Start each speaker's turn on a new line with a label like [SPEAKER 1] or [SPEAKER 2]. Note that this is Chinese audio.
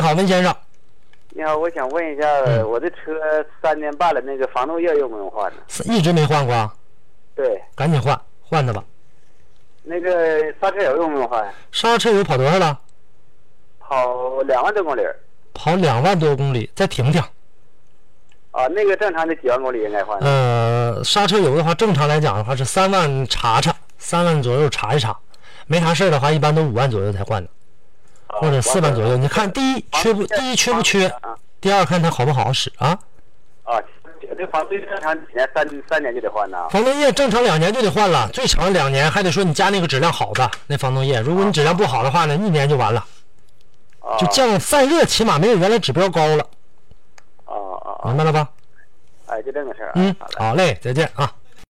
[SPEAKER 1] 好，温先生。
[SPEAKER 2] 你好，我想问一下，
[SPEAKER 1] 嗯
[SPEAKER 2] 我的车三年半了，那个防冻液用不用换呢？
[SPEAKER 1] 一直没换过啊，
[SPEAKER 2] 对，
[SPEAKER 1] 赶紧换，换它吧。
[SPEAKER 2] 那个刹车油用不用换？
[SPEAKER 1] 刹车油跑多少了？
[SPEAKER 2] 跑两万多公里儿
[SPEAKER 1] 跑两万多公里，再停停。
[SPEAKER 2] 啊，那个正常的几万公里应该换。
[SPEAKER 1] 呃，刹车油的话，正常来讲的话是三万查查，三万左右查一查，没啥事儿的话，一般都五万左右才换的，
[SPEAKER 2] 啊
[SPEAKER 1] 或者四万左右。
[SPEAKER 2] 完事儿了
[SPEAKER 1] 你看，第一缺不，第一缺不缺，
[SPEAKER 2] 啊
[SPEAKER 1] 第二看它好不好使啊。
[SPEAKER 2] 啊，这防冻液正常几年？三三年就得换呐。
[SPEAKER 1] 防冻液正常两年就得换了，最长两年，还得说你家那个质量好的那防冻液。如果你质量不好的话呢，一年就完了，
[SPEAKER 2] 啊，
[SPEAKER 1] 就降散热，起码没有原来指标高了，
[SPEAKER 2] 啊啊啊！
[SPEAKER 1] 明白了吧？
[SPEAKER 2] 哎，就这么个事儿啊。
[SPEAKER 1] 嗯
[SPEAKER 2] 好嘞，
[SPEAKER 1] 好嘞，再见啊。